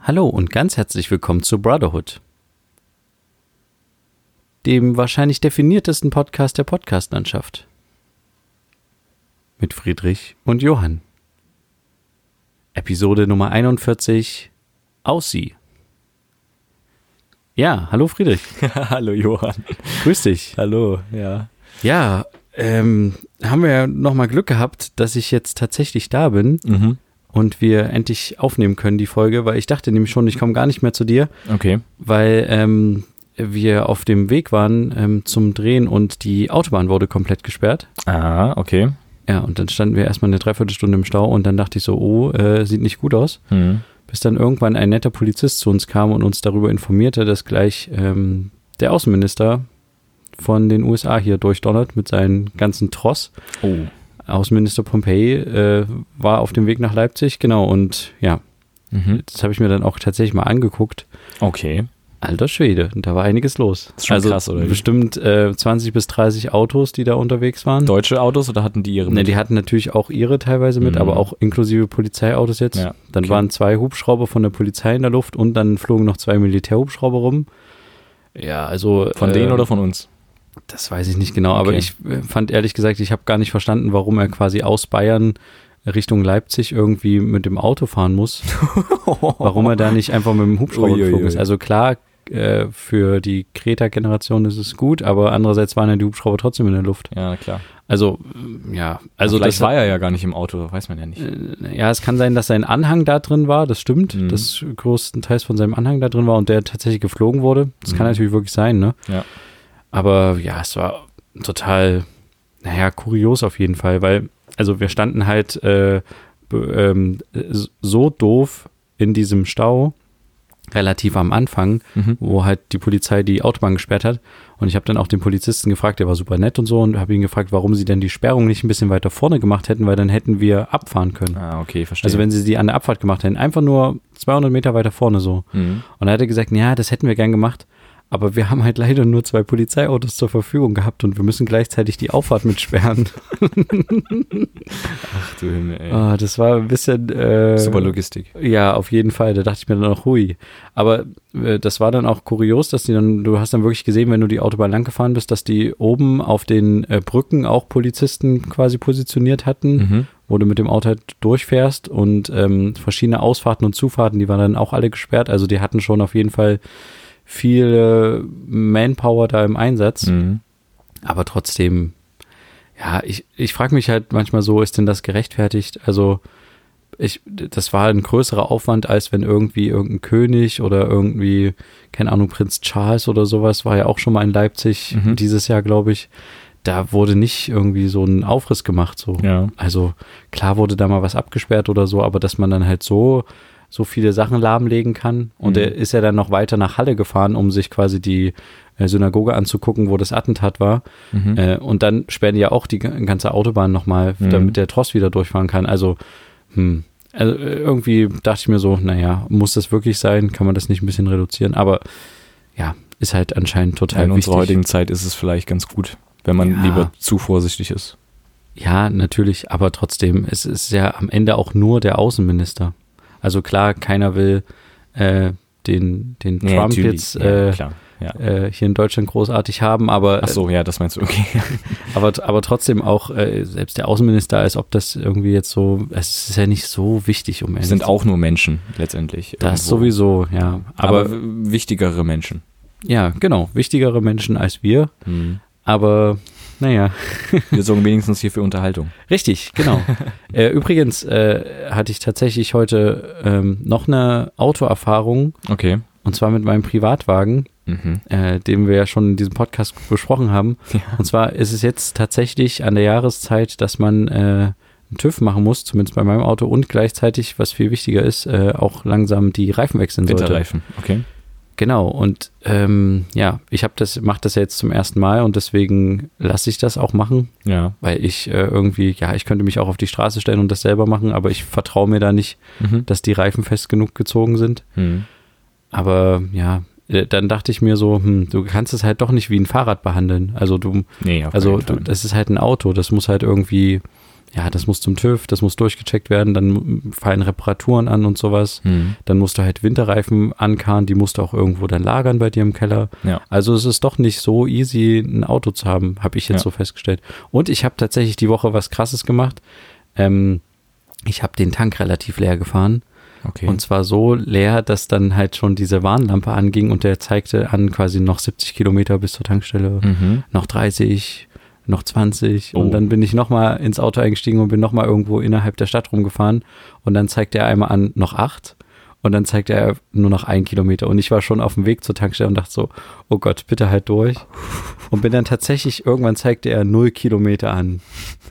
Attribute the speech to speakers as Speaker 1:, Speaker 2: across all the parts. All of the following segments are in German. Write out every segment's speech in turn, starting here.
Speaker 1: Hallo und ganz herzlich willkommen zu Brotherhood, dem wahrscheinlich definiertesten Podcast der Podcastlandschaft. Mit Friedrich und Johann. Episode Nummer 41 Aussie. Ja, hallo Friedrich,
Speaker 2: Hallo Johann.
Speaker 1: grüß dich.
Speaker 2: Hallo, ja.
Speaker 1: Ja, ähm, haben wir ja nochmal Glück gehabt, dass ich jetzt tatsächlich da bin und wir endlich aufnehmen können, die Folge, weil ich dachte nämlich schon, ich komme gar nicht mehr zu dir.
Speaker 2: Okay.
Speaker 1: weil ähm, wir auf dem Weg waren ähm, zum Drehen und die Autobahn wurde komplett gesperrt.
Speaker 2: Ah, okay.
Speaker 1: Ja, und dann standen wir erstmal eine Dreiviertelstunde im Stau und dann dachte ich so, oh, äh, sieht nicht gut aus.
Speaker 2: Hm.
Speaker 1: Bis dann irgendwann ein netter Polizist zu uns kam und uns darüber informierte, dass gleich ähm, der Außenminister von den USA hier durchdonnert mit seinem ganzen Tross.
Speaker 2: Oh.
Speaker 1: Außenminister Pompei äh, war auf dem Weg nach Leipzig, genau. Und ja,
Speaker 2: Mhm.
Speaker 1: das habe ich mir dann auch tatsächlich mal angeguckt.
Speaker 2: Okay.
Speaker 1: Alter Schwede, da war einiges los. Also
Speaker 2: Ist schon krass, oder wie?
Speaker 1: Bestimmt äh, 20 bis 30 Autos, die da unterwegs waren.
Speaker 2: Deutsche Autos oder hatten die ihre
Speaker 1: Ne, die hatten natürlich auch ihre teilweise mit,
Speaker 2: Mhm.
Speaker 1: aber auch inklusive Polizeiautos jetzt.
Speaker 2: Ja,
Speaker 1: Dann
Speaker 2: okay.
Speaker 1: waren zwei Hubschrauber von der Polizei in der Luft und dann flogen noch zwei Militärhubschrauber rum. Ja, also.
Speaker 2: Von
Speaker 1: äh,
Speaker 2: denen oder von uns?
Speaker 1: Das weiß ich nicht genau, aber
Speaker 2: Okay.
Speaker 1: ich äh, fand ehrlich gesagt, ich habe gar nicht verstanden, warum er quasi aus Bayern Richtung Leipzig irgendwie mit dem Auto fahren muss warum er da nicht einfach mit dem Hubschrauber
Speaker 2: Uiuiui.
Speaker 1: geflogen ist. Also klar, äh, für die Kreta-Generation ist es gut, aber andererseits waren ja die Hubschrauber trotzdem in der Luft.
Speaker 2: Ja, klar.
Speaker 1: Also, ähm, ja, also
Speaker 2: Vielleicht
Speaker 1: das Äh,
Speaker 2: war er ja gar nicht im Auto, weiß man ja nicht.
Speaker 1: ja, es kann sein, dass sein Anhang da drin war, das stimmt,
Speaker 2: Mhm.
Speaker 1: dass größtenteils von seinem Anhang da drin war und der tatsächlich geflogen wurde. Das kann
Speaker 2: Mhm.
Speaker 1: natürlich wirklich sein, ne?
Speaker 2: Ja.
Speaker 1: Aber ja, es war total, naja, kurios auf jeden Fall, weil, also wir standen halt äh, be- ähm, s- so doof in diesem Stau, relativ am Anfang,
Speaker 2: Mhm.
Speaker 1: wo halt die Polizei die Autobahn gesperrt hat. Und ich habe dann auch den Polizisten gefragt, der war super nett und so, und habe ihn gefragt, warum sie denn die Sperrung nicht ein bisschen weiter vorne gemacht hätten, weil dann hätten wir abfahren können.
Speaker 2: Ah, okay, verstehe.
Speaker 1: Also wenn sie die an der Abfahrt gemacht hätten, einfach nur 200 Meter weiter vorne so.
Speaker 2: mhm.
Speaker 1: Und dann hat er gesagt, ja, das hätten wir gern gemacht, aber wir haben halt leider nur zwei Polizeiautos zur Verfügung gehabt und wir müssen gleichzeitig die Auffahrt mitsperren.
Speaker 2: Ach du Himmel, ey.
Speaker 1: Ah, das war ein bisschen äh,
Speaker 2: Super Logistik.
Speaker 1: Ja, auf jeden Fall. Da dachte ich mir dann auch, hui. Aber äh, das war dann auch kurios, dass die dann, du hast dann wirklich gesehen, wenn du die Autobahn lang gefahren bist, dass die oben auf den äh, Brücken auch Polizisten quasi positioniert hatten,
Speaker 2: Mhm.
Speaker 1: wo du mit dem Auto halt durchfährst und ähm, verschiedene Ausfahrten und Zufahrten, die waren dann auch alle gesperrt. Also die hatten schon auf jeden Fall viel äh, Manpower da im Einsatz.
Speaker 2: Mhm.
Speaker 1: Aber trotzdem, ja, ich, ich frage mich halt manchmal so, ist denn das gerechtfertigt? Also, ich, das war ein größerer Aufwand, als wenn irgendwie irgendein König oder irgendwie, keine Ahnung, Prinz Charles oder sowas, war ja auch schon mal in Leipzig
Speaker 2: Mhm.
Speaker 1: dieses Jahr, glaube ich. Da wurde nicht irgendwie so ein Aufriss gemacht, so.
Speaker 2: Ja.
Speaker 1: Also klar wurde da mal was abgesperrt oder so, aber dass man dann halt so so viele Sachen lahmlegen kann. Und
Speaker 2: Mhm.
Speaker 1: er ist ja dann noch weiter nach Halle gefahren, um sich quasi die äh, Synagoge anzugucken, wo das Attentat war.
Speaker 2: Mhm.
Speaker 1: Äh, und dann sperren die ja auch die ga- ganze Autobahn nochmal,
Speaker 2: Mhm.
Speaker 1: damit der Tross wieder durchfahren kann. Also, hm. also äh, irgendwie dachte ich mir so, naja, muss das wirklich sein? Kann man das nicht ein bisschen reduzieren? Aber ja, ist halt anscheinend total
Speaker 2: In
Speaker 1: wichtig.
Speaker 2: unserer heutigen Zeit ist es vielleicht ganz gut, wenn man
Speaker 1: Ja.
Speaker 2: lieber zu vorsichtig ist.
Speaker 1: Ja, natürlich, aber trotzdem, es ist ja am Ende auch nur der Außenminister. Also klar, keiner will äh, den, den
Speaker 2: Ja,
Speaker 1: Trump
Speaker 2: natürlich.
Speaker 1: jetzt
Speaker 2: ja,
Speaker 1: äh,
Speaker 2: klar. Ja.
Speaker 1: äh, hier in Deutschland großartig haben, aber,
Speaker 2: Ach so, ja, das meinst du, okay.
Speaker 1: äh, aber, aber trotzdem auch äh, selbst der Außenminister, als ob das irgendwie jetzt so, es ist ja nicht so wichtig, um ehrlich
Speaker 2: sind
Speaker 1: zu-
Speaker 2: auch nur Menschen letztendlich.
Speaker 1: Das
Speaker 2: irgendwo.
Speaker 1: sowieso, ja. Aber,
Speaker 2: Aber, w- wichtigere Menschen.
Speaker 1: ja, genau, wichtigere Menschen als wir, aber naja.
Speaker 2: Wir sorgen wenigstens hier für Unterhaltung.
Speaker 1: Richtig, genau. äh, übrigens äh, hatte ich tatsächlich heute ähm, noch eine Autoerfahrung
Speaker 2: Okay.
Speaker 1: Und zwar mit meinem Privatwagen,
Speaker 2: Mhm.
Speaker 1: äh, den wir ja schon in diesem Podcast besprochen haben.
Speaker 2: Ja.
Speaker 1: Und zwar ist es jetzt tatsächlich an der Jahreszeit, dass man äh, einen TÜV machen muss, zumindest bei meinem Auto, und gleichzeitig, was viel wichtiger ist, äh, auch langsam die Reifen wechseln sollte.
Speaker 2: Winterreifen. Okay.
Speaker 1: Genau, und ähm, ja, ich habe das, mache das ja jetzt zum ersten Mal und deswegen lasse ich das auch machen,
Speaker 2: Ja.
Speaker 1: weil ich äh, irgendwie, ja, ich könnte mich auch auf die Straße stellen und das selber machen, aber ich vertraue mir da nicht,
Speaker 2: Mhm.
Speaker 1: dass die Reifen fest genug gezogen sind.
Speaker 2: Mhm.
Speaker 1: Aber ja, äh, dann dachte ich mir so, hm, du kannst es halt doch nicht wie ein Fahrrad behandeln. Also du,
Speaker 2: Nee, auf
Speaker 1: also
Speaker 2: keinen
Speaker 1: du,
Speaker 2: Fall.
Speaker 1: das ist halt ein Auto, das muss halt irgendwie, ja, das muss zum TÜV, das muss durchgecheckt werden, dann fallen Reparaturen an und sowas.
Speaker 2: Hm.
Speaker 1: Dann musst du halt Winterreifen ankarren, die musst du auch irgendwo dann lagern bei dir im Keller.
Speaker 2: Ja.
Speaker 1: Also es ist doch nicht so easy, ein Auto zu haben, habe ich jetzt
Speaker 2: Ja.
Speaker 1: so festgestellt. Und ich habe tatsächlich die Woche was Krasses gemacht. Ähm, ich habe den Tank relativ leer gefahren.
Speaker 2: Okay.
Speaker 1: Und zwar so leer, dass dann halt schon diese Warnlampe anging und der zeigte an quasi noch 70 Kilometer bis zur Tankstelle,
Speaker 2: mhm.
Speaker 1: noch 30, noch 20.
Speaker 2: Oh.
Speaker 1: Und dann bin ich nochmal ins Auto eingestiegen und bin nochmal irgendwo innerhalb der Stadt rumgefahren. Und dann zeigte er einmal an noch 8. Und dann zeigte er nur noch einen Kilometer. Und ich war schon auf dem Weg zur Tankstelle und dachte so, oh Gott, bitte halt durch. Und bin dann tatsächlich, irgendwann zeigte er null Kilometer an.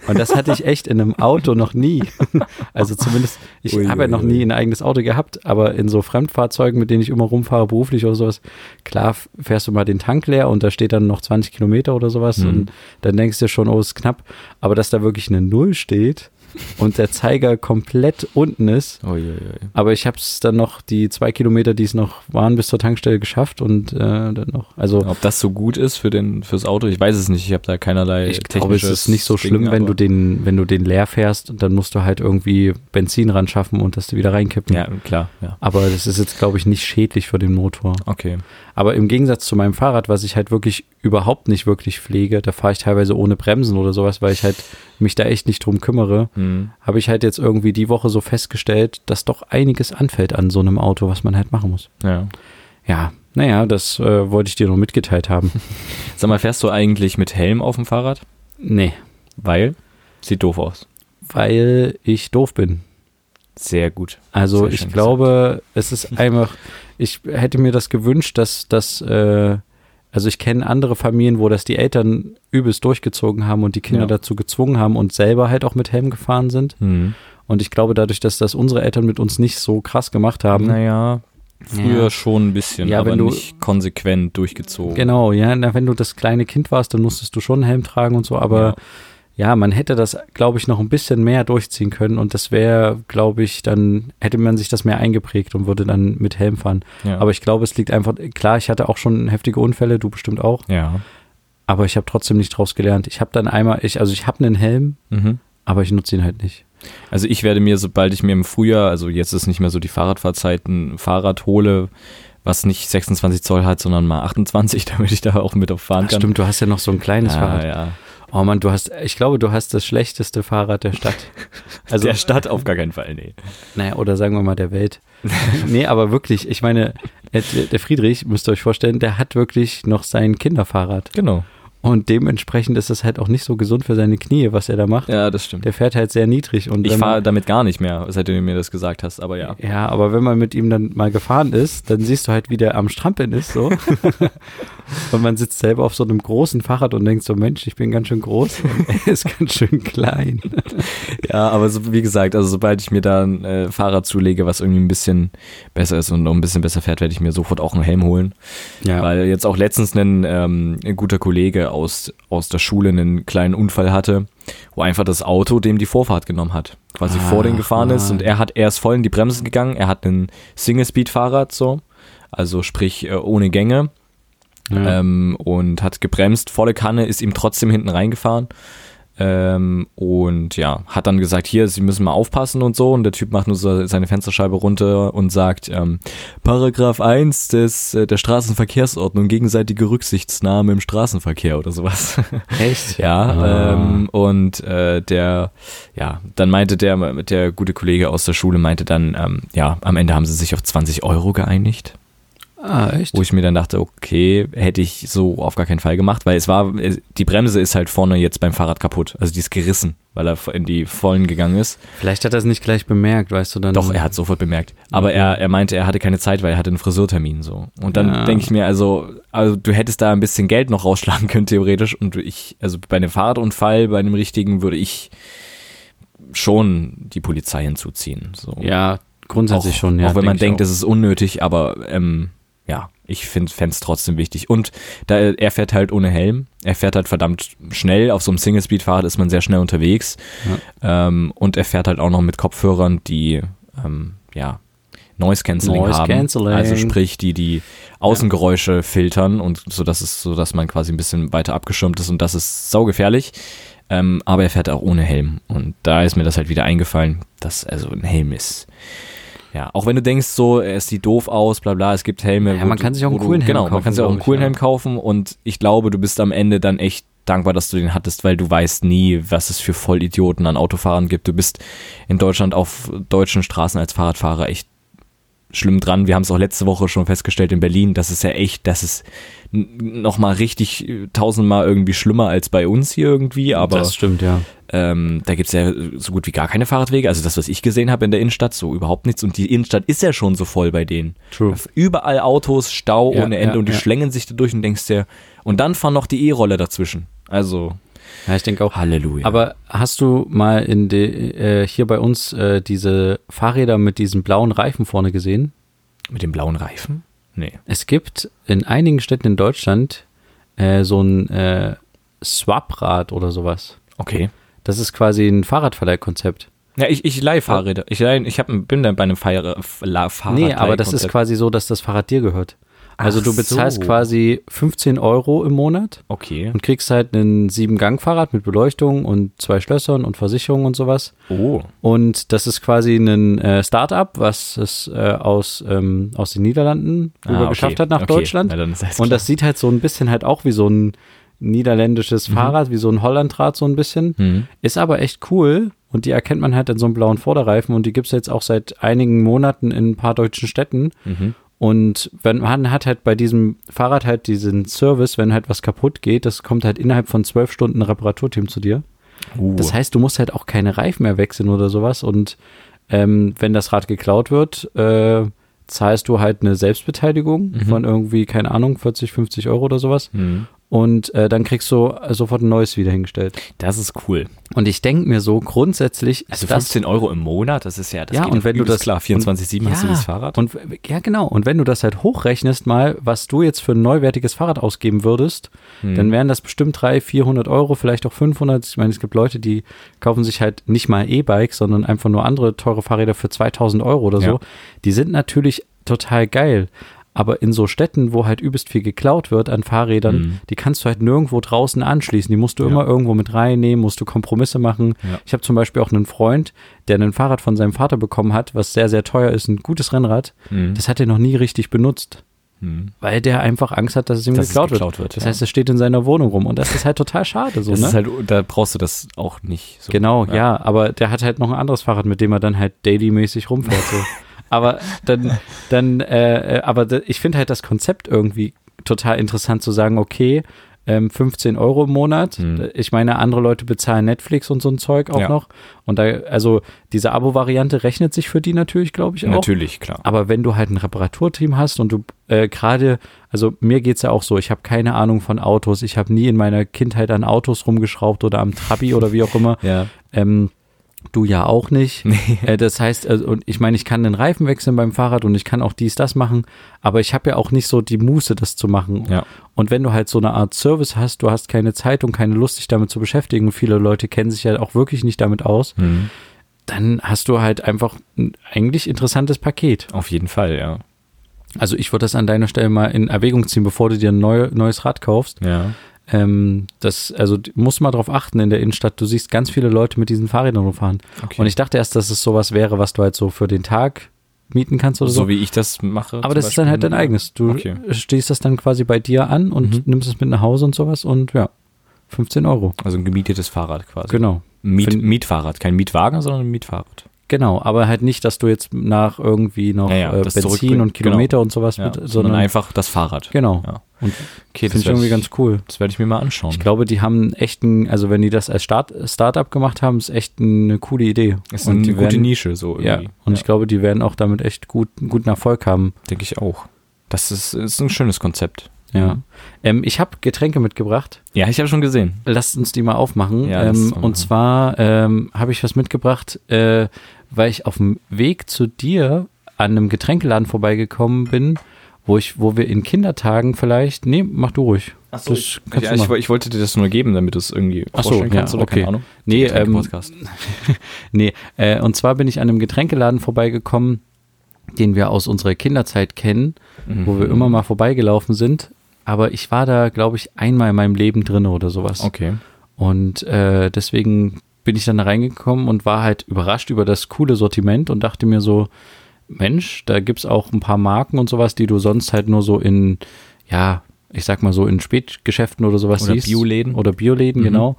Speaker 1: Und das hatte ich echt in einem Auto noch nie. Also zumindest, ich
Speaker 2: Ui,
Speaker 1: habe ja
Speaker 2: ui,
Speaker 1: noch
Speaker 2: ui.
Speaker 1: nie ein eigenes Auto gehabt, aber in so Fremdfahrzeugen, mit denen ich immer rumfahre, beruflich oder sowas, klar f- fährst du mal den Tank leer und da steht dann noch 20 Kilometer oder sowas
Speaker 2: Mhm.
Speaker 1: und dann denkst du dir schon, oh, ist knapp. Aber dass da wirklich eine Null steht und der Zeiger komplett unten ist,
Speaker 2: Uiuiui.
Speaker 1: aber ich habe es dann noch die zwei Kilometer, die es noch waren, bis zur Tankstelle geschafft und äh, dann noch, also
Speaker 2: Ob das so gut ist für den fürs Auto, ich weiß es nicht. Ich habe da keinerlei
Speaker 1: Ich glaube, es
Speaker 2: technisches
Speaker 1: ist nicht so
Speaker 2: Ding,
Speaker 1: schlimm, wenn du
Speaker 2: aber-
Speaker 1: den, wenn du den leer fährst und dann musst du halt irgendwie Benzin ran schaffen und das wieder reinkippen.
Speaker 2: Ja, klar, ja.
Speaker 1: Aber das ist jetzt, glaube ich, nicht schädlich für den Motor.
Speaker 2: Okay.
Speaker 1: Aber im Gegensatz zu meinem Fahrrad, was ich halt wirklich überhaupt nicht wirklich pflege, da fahre ich teilweise ohne Bremsen oder sowas, weil ich halt mich da echt nicht drum kümmere,
Speaker 2: Hm.
Speaker 1: habe ich halt jetzt irgendwie die Woche so festgestellt, dass doch einiges anfällt an so einem Auto, was man halt machen muss.
Speaker 2: Ja.
Speaker 1: Ja, naja, das äh, wollte ich dir nur mitgeteilt haben.
Speaker 2: Sag mal, fährst du eigentlich mit Helm auf dem Fahrrad?
Speaker 1: nee,
Speaker 2: Weil sieht doof aus.
Speaker 1: weil ich doof bin.
Speaker 2: Sehr gut.
Speaker 1: Also
Speaker 2: Sehr
Speaker 1: ich
Speaker 2: schön
Speaker 1: glaube, es ist einfach, ich hätte mir das gewünscht, dass das, äh, also ich kenne andere Familien, wo das die Eltern übelst durchgezogen haben und die Kinder
Speaker 2: Ja.
Speaker 1: dazu gezwungen haben und selber halt auch mit Helm gefahren sind.
Speaker 2: Hm.
Speaker 1: Und ich glaube, dadurch, dass das unsere Eltern mit uns nicht so krass gemacht haben.
Speaker 2: Naja, früher
Speaker 1: Ja.
Speaker 2: schon ein bisschen,
Speaker 1: Ja,
Speaker 2: aber
Speaker 1: wenn du-
Speaker 2: nicht konsequent durchgezogen.
Speaker 1: Genau, ja, na, wenn du das kleine Kind warst, dann musstest du schon einen Helm tragen und so, aber ja, man hätte das, glaube ich, noch ein bisschen mehr durchziehen können und das wäre, glaube ich, dann hätte man sich das mehr eingeprägt und würde dann mit Helm fahren.
Speaker 2: Ja.
Speaker 1: Aber ich glaube, es liegt einfach, klar, ich hatte auch schon heftige Unfälle, du bestimmt auch,
Speaker 2: ja.
Speaker 1: aber ich habe trotzdem nicht draus gelernt. Ich habe dann einmal, ich, also ich habe einen Helm,
Speaker 2: Mhm.
Speaker 1: aber ich nutze ihn halt nicht.
Speaker 2: Also ich werde mir, sobald ich mir im Frühjahr, also jetzt ist nicht mehr so die Fahrradfahrzeit, ein Fahrrad hole, was nicht 26 Zoll hat, sondern mal 28, damit ich da auch mit auf fahren
Speaker 1: Ach,
Speaker 2: kann.
Speaker 1: stimmt, du hast ja noch so ein kleines
Speaker 2: Ja,
Speaker 1: Fahrrad.
Speaker 2: ja.
Speaker 1: Oh Mann, du hast, ich glaube, du hast das schlechteste Fahrrad der Stadt. Also,
Speaker 2: Der Stadt auf gar keinen Fall, nee.
Speaker 1: naja, oder sagen wir mal der Welt. nee, aber wirklich, ich meine, äh, der Friedrich, müsst ihr euch vorstellen, der hat wirklich noch sein Kinderfahrrad.
Speaker 2: Genau.
Speaker 1: Und dementsprechend ist es halt auch nicht so gesund für seine Knie, was er da macht.
Speaker 2: Ja, das stimmt.
Speaker 1: Der fährt halt sehr niedrig. Und
Speaker 2: Ich
Speaker 1: wenn man-
Speaker 2: fahre damit gar nicht mehr, seitdem du mir das gesagt hast, aber ja.
Speaker 1: Ja, aber wenn man mit ihm dann mal gefahren ist, dann siehst du halt, wie der am Strampeln ist, so. und man sitzt selber auf so einem großen Fahrrad und denkt so, Mensch, ich bin ganz schön groß und er ist ganz schön klein.
Speaker 2: Ja, aber so, wie gesagt, also sobald ich mir da ein äh, Fahrrad zulege, was irgendwie ein bisschen besser ist und noch ein bisschen besser fährt, werde ich mir sofort auch einen Helm holen. Weil jetzt auch letztens ein, ähm, ein guter Kollege aus, aus der Schule einen kleinen Unfall hatte, wo einfach das Auto dem die Vorfahrt genommen hat. Quasi vor den
Speaker 1: Ach,
Speaker 2: gefahren ist und er hat erst voll in die Bremsen gegangen. Er hat ein Single-Speed-Fahrrad so, also sprich äh, ohne Gänge
Speaker 1: ja.
Speaker 2: ähm, und hat gebremst, volle Kanne, ist ihm trotzdem hinten reingefahren. Ähm, und ja, hat dann gesagt, hier, Sie müssen mal aufpassen und so. Und der Typ macht nur so seine Fensterscheibe runter und sagt, ähm, Paragraph 1 des, äh, der Straßenverkehrsordnung, gegenseitige Rücksichtnahme im Straßenverkehr oder sowas.
Speaker 1: Echt?
Speaker 2: Ja,
Speaker 1: Ah.
Speaker 2: ähm, und äh, der, ja, dann meinte der, der gute Kollege aus der Schule meinte dann, ähm, ja, am Ende haben sie sich auf 20 Euro geeinigt
Speaker 1: Ah, echt?
Speaker 2: wo ich mir dann dachte, okay, hätte ich so auf gar keinen Fall gemacht, weil es war, die Bremse ist halt vorne jetzt beim Fahrrad kaputt. Also die ist gerissen, weil er in die Vollen gegangen ist.
Speaker 1: Vielleicht hat er es nicht gleich bemerkt, weißt du dann.
Speaker 2: Doch, er hat sofort bemerkt. Aber
Speaker 1: Mhm.
Speaker 2: er, er meinte, er hatte keine Zeit, weil er hatte einen Friseurtermin so. Und dann
Speaker 1: Ja.
Speaker 2: denke ich mir, also, also du hättest da ein bisschen Geld noch rausschlagen können, theoretisch. Und ich, also bei einem Fahrradunfall, bei einem richtigen, würde ich schon die Polizei hinzuziehen. So.
Speaker 1: Ja, grundsätzlich
Speaker 2: auch,
Speaker 1: schon, ja.
Speaker 2: Auch wenn man denkt,
Speaker 1: ich
Speaker 2: es ist unnötig, aber ähm, ja, ich fände es trotzdem wichtig. Und da, er fährt halt ohne Helm. Er fährt halt verdammt schnell. Auf so einem Single-Speed-Fahrrad ist man sehr schnell unterwegs. Ähm, und er fährt halt auch noch mit Kopfhörern, die ähm, ja, Noise-Canceling
Speaker 1: Noise
Speaker 2: haben.
Speaker 1: Cancelling.
Speaker 2: Also sprich, die die Außengeräusche filtern und so dass es so dass man quasi ein bisschen weiter abgeschirmt ist und das ist saugefährlich. Ähm, aber er fährt auch ohne Helm. Und da ist mir das halt wieder eingefallen, dass also ein Helm ist. Ja, auch wenn du denkst, so, es sieht doof aus, bla bla, es gibt Helme.
Speaker 1: Ja,
Speaker 2: wo
Speaker 1: man
Speaker 2: du-
Speaker 1: kann sich auch einen
Speaker 2: wo du-
Speaker 1: coolen Helm
Speaker 2: Genau, man
Speaker 1: kaufen,
Speaker 2: kann sich auch einen
Speaker 1: glaub ich,
Speaker 2: coolen
Speaker 1: ja.
Speaker 2: Helm kaufen und ich glaube, du bist am Ende dann echt dankbar, dass du den hattest, weil du weißt nie, was es für Vollidioten an Autofahrern gibt. Du bist in Deutschland auf deutschen Straßen als Fahrradfahrer echt schlimm dran. Wir haben es auch letzte Woche schon festgestellt in Berlin, das ist ja echt, das ist nochmal richtig äh, tausendmal irgendwie schlimmer als bei uns hier irgendwie, aber
Speaker 1: das stimmt, ja.
Speaker 2: ähm, da gibt's ja so gut wie gar keine Fahrradwege. Also das, was ich gesehen habe in der Innenstadt, so überhaupt nichts. Und die Innenstadt ist ja schon so voll bei denen.
Speaker 1: True.
Speaker 2: Überall Autos, Stau
Speaker 1: Ja,
Speaker 2: ohne Ende
Speaker 1: ja,
Speaker 2: und die
Speaker 1: ja.
Speaker 2: schlängeln sich da durch und denkst dir, und dann fahren noch die E-Roller dazwischen. Also,
Speaker 1: Ja, ich denke auch.
Speaker 2: Halleluja.
Speaker 1: Aber hast du mal in de, äh, hier bei uns äh, diese Fahrräder mit diesen blauen Reifen vorne gesehen?
Speaker 2: mit dem blauen Reifen? Nee.
Speaker 1: Es gibt in einigen Städten in Deutschland äh, so ein äh, Swaprad oder sowas.
Speaker 2: Okay.
Speaker 1: Das ist quasi ein Fahrradverleihkonzept.
Speaker 2: Ja, ich, ich leih Fahrräder. Ich, leih, ich hab, bin dann bei einem Fahr Fahrrad.
Speaker 1: Nee, aber das ist quasi so, dass das Fahrrad dir gehört. Also
Speaker 2: Ach
Speaker 1: du bezahlst
Speaker 2: so.
Speaker 1: quasi 15 Euro im Monat
Speaker 2: Okay.
Speaker 1: und kriegst halt ein 7-Gang-Fahrrad mit Beleuchtung und zwei Schlössern und Versicherung und sowas.
Speaker 2: Oh.
Speaker 1: Und das ist quasi ein äh, Start-up, was es äh, aus, ähm, aus den Niederlanden
Speaker 2: Ah,
Speaker 1: rüber
Speaker 2: okay.
Speaker 1: geschafft hat nach
Speaker 2: Okay.
Speaker 1: Deutschland.
Speaker 2: Na, dann ist alles
Speaker 1: Und
Speaker 2: klar.
Speaker 1: das sieht halt so ein bisschen halt auch wie so ein niederländisches Fahrrad, wie so ein Hollandrad so ein bisschen.
Speaker 2: Mhm.
Speaker 1: Ist aber echt cool und die erkennt man halt in so einem blauen Vorderreifen und die gibt's jetzt auch seit einigen Monaten in ein paar deutschen Städten.
Speaker 2: Mhm.
Speaker 1: Und wenn man hat halt bei diesem Fahrrad halt diesen Service, wenn halt was kaputt geht, das kommt halt innerhalb von zwölf Stunden ein Reparaturteam zu dir.
Speaker 2: Uh.
Speaker 1: Das heißt, du musst halt auch keine Reifen mehr wechseln oder sowas. Und ähm, wenn das Rad geklaut wird, äh, zahlst du halt eine Selbstbeteiligung von irgendwie, keine Ahnung, 40, 50 Euro oder sowas.
Speaker 2: Mhm.
Speaker 1: Und äh, dann kriegst du sofort ein neues wieder hingestellt.
Speaker 2: das ist cool.
Speaker 1: Und ich denke mir so, grundsätzlich ist
Speaker 2: Also
Speaker 1: das
Speaker 2: 15 Euro im Monat, das ist ja, das
Speaker 1: Ja,
Speaker 2: geht
Speaker 1: und
Speaker 2: doch
Speaker 1: wenn du
Speaker 2: übelst
Speaker 1: das-
Speaker 2: klar, 24-7 hast du das Fahrrad.
Speaker 1: Und w- ja, genau. Und wenn du das halt hochrechnest mal, was du jetzt für ein neuwertiges Fahrrad ausgeben würdest, dann wären das bestimmt 300, 400 Euro, vielleicht auch 500. Ich meine, es gibt Leute, die kaufen sich halt nicht mal E-Bikes, sondern einfach nur andere teure Fahrräder für 2000 Euro oder
Speaker 2: Ja.
Speaker 1: so. Die sind natürlich total geil. Aber in so Städten, wo halt übelst viel geklaut wird an Fahrrädern,
Speaker 2: Mhm.
Speaker 1: die kannst du halt nirgendwo draußen anschließen. Die musst du immer irgendwo mit reinnehmen, musst du Kompromisse machen.
Speaker 2: Ja.
Speaker 1: Ich habe zum Beispiel auch einen Freund, der ein Fahrrad von seinem Vater bekommen hat, was sehr, sehr teuer ist, ein gutes Rennrad.
Speaker 2: Mhm.
Speaker 1: Das hat er noch nie richtig benutzt, weil der einfach Angst hat, dass es ihm
Speaker 2: Dass es
Speaker 1: geklaut,
Speaker 2: geklaut
Speaker 1: wird.
Speaker 2: wird,
Speaker 1: Das
Speaker 2: ja.
Speaker 1: heißt, es steht in seiner Wohnung rum und das ist halt total schade. So,
Speaker 2: das
Speaker 1: ne?
Speaker 2: ist halt, da brauchst du das auch nicht. So.
Speaker 1: Genau, ja. aber der hat halt noch ein anderes Fahrrad, mit dem er dann halt daily-mäßig rumfährt. So. aber dann, dann, äh, äh, aber da- ich finde halt das Konzept irgendwie total interessant zu sagen, okay, ähm, 15 Euro im Monat. Ich meine, andere Leute bezahlen Netflix und so ein Zeug auch
Speaker 2: Hm. Ja.
Speaker 1: noch. Und da, also diese Abo-Variante rechnet sich für die natürlich, glaube ich, auch.
Speaker 2: Natürlich, klar.
Speaker 1: Aber wenn du halt ein Reparaturteam hast und du äh, gerade, also mir geht's ja auch so, ich habe keine Ahnung von Autos, ich habe nie in meiner Kindheit an Autos rumgeschraubt oder am Trabi oder wie auch immer.
Speaker 2: Ja.
Speaker 1: Ähm, du ja auch nicht. Äh, das heißt, also, und ich meine, ich kann den Reifen wechseln beim Fahrrad und ich kann auch dies, das machen, aber ich habe ja auch nicht so die Muße, das zu machen.
Speaker 2: Ja.
Speaker 1: Und wenn du halt so eine Art Service hast, du hast keine Zeit und keine Lust, dich damit zu beschäftigen, und viele Leute kennen sich ja auch wirklich nicht damit aus,
Speaker 2: Mhm.
Speaker 1: dann hast du halt einfach ein eigentlich interessantes Paket.
Speaker 2: Auf jeden Fall, ja.
Speaker 1: Also ich würde das an deiner Stelle mal in Erwägung ziehen, bevor du dir ein neu, neues Rad kaufst.
Speaker 2: Ja.
Speaker 1: Ähm, das, also d- musst mal drauf achten in der Innenstadt. Du siehst ganz viele Leute mit diesen Fahrrädern rumfahren.
Speaker 2: Okay.
Speaker 1: Und ich dachte erst, dass es sowas wäre, was du halt so für den Tag mieten kannst oder so.
Speaker 2: So wie ich das mache.
Speaker 1: Aber
Speaker 2: zum
Speaker 1: das ist dann
Speaker 2: Beispiel. ne?
Speaker 1: halt dein eigenes. Du
Speaker 2: Okay. Mhm.
Speaker 1: stehst das dann quasi bei dir an und nimmst es mit nach Hause und sowas und ja, 15 Euro.
Speaker 2: Also ein gemietetes Fahrrad quasi.
Speaker 1: Genau.
Speaker 2: Miet,
Speaker 1: Find-
Speaker 2: Mietfahrrad, kein Mietwagen, sondern ein Mietfahrrad.
Speaker 1: Genau, aber halt nicht, dass du jetzt nach irgendwie noch
Speaker 2: Ja, ja,
Speaker 1: äh,
Speaker 2: das
Speaker 1: Benzin
Speaker 2: zurückbringen.
Speaker 1: und Kilometer
Speaker 2: Genau.
Speaker 1: und sowas,
Speaker 2: Ja.
Speaker 1: mit, sondern,
Speaker 2: sondern einfach das Fahrrad.
Speaker 1: genau.
Speaker 2: Ja.
Speaker 1: Und
Speaker 2: Okay,
Speaker 1: finde ich
Speaker 2: werd
Speaker 1: irgendwie ganz cool.
Speaker 2: Das werde ich mir mal anschauen.
Speaker 1: Ich glaube, die haben einen echten, also wenn die das als Start, Startup gemacht haben, ist echt eine coole Idee.
Speaker 2: ist
Speaker 1: Und
Speaker 2: eine
Speaker 1: die
Speaker 2: gute
Speaker 1: werden,
Speaker 2: Nische so
Speaker 1: Ja,
Speaker 2: irgendwie.
Speaker 1: und ich glaube, die werden auch damit echt gut, einen guten Erfolg haben.
Speaker 2: denke ich auch. Das ist, ist ein schönes Konzept.
Speaker 1: Ja.
Speaker 2: Mhm.
Speaker 1: Ähm, ich habe Getränke mitgebracht.
Speaker 2: Ja, ich habe schon gesehen.
Speaker 1: Lasst uns die mal aufmachen.
Speaker 2: Ja, lass
Speaker 1: ähm,
Speaker 2: uns mal machen.
Speaker 1: und zwar ähm, habe ich was mitgebracht, äh, weil ich auf dem Weg zu dir an einem Getränkeladen vorbeigekommen bin, wo ich, wo wir in Kindertagen vielleicht. Nee, mach du ruhig. das kannst du
Speaker 2: ja, ich,
Speaker 1: machen.
Speaker 2: wo- ich wollte dir das nur geben, damit du es irgendwie
Speaker 1: Ach so,
Speaker 2: vorstellen
Speaker 1: ja,
Speaker 2: kannst oder
Speaker 1: okay.
Speaker 2: keine Ahnung.
Speaker 1: Nee,
Speaker 2: Getränke-
Speaker 1: ähm,
Speaker 2: Podcast.
Speaker 1: Nee, äh, und zwar bin ich an einem Getränkeladen vorbeigekommen, den wir aus unserer Kinderzeit kennen, wo
Speaker 2: Mhm.
Speaker 1: wir immer mal vorbeigelaufen sind. Aber ich war da, glaube ich, einmal in meinem Leben drin oder sowas.
Speaker 2: Okay.
Speaker 1: Und äh, deswegen bin ich dann da reingekommen und war halt überrascht über das coole Sortiment und dachte mir so, Mensch, da gibt's auch ein paar Marken und sowas, die du sonst halt nur so in, ja, ich sag mal so in Spätgeschäften oder sowas
Speaker 2: Oder
Speaker 1: siehst.
Speaker 2: Bioläden.
Speaker 1: Oder Bioläden,
Speaker 2: Mhm.
Speaker 1: genau.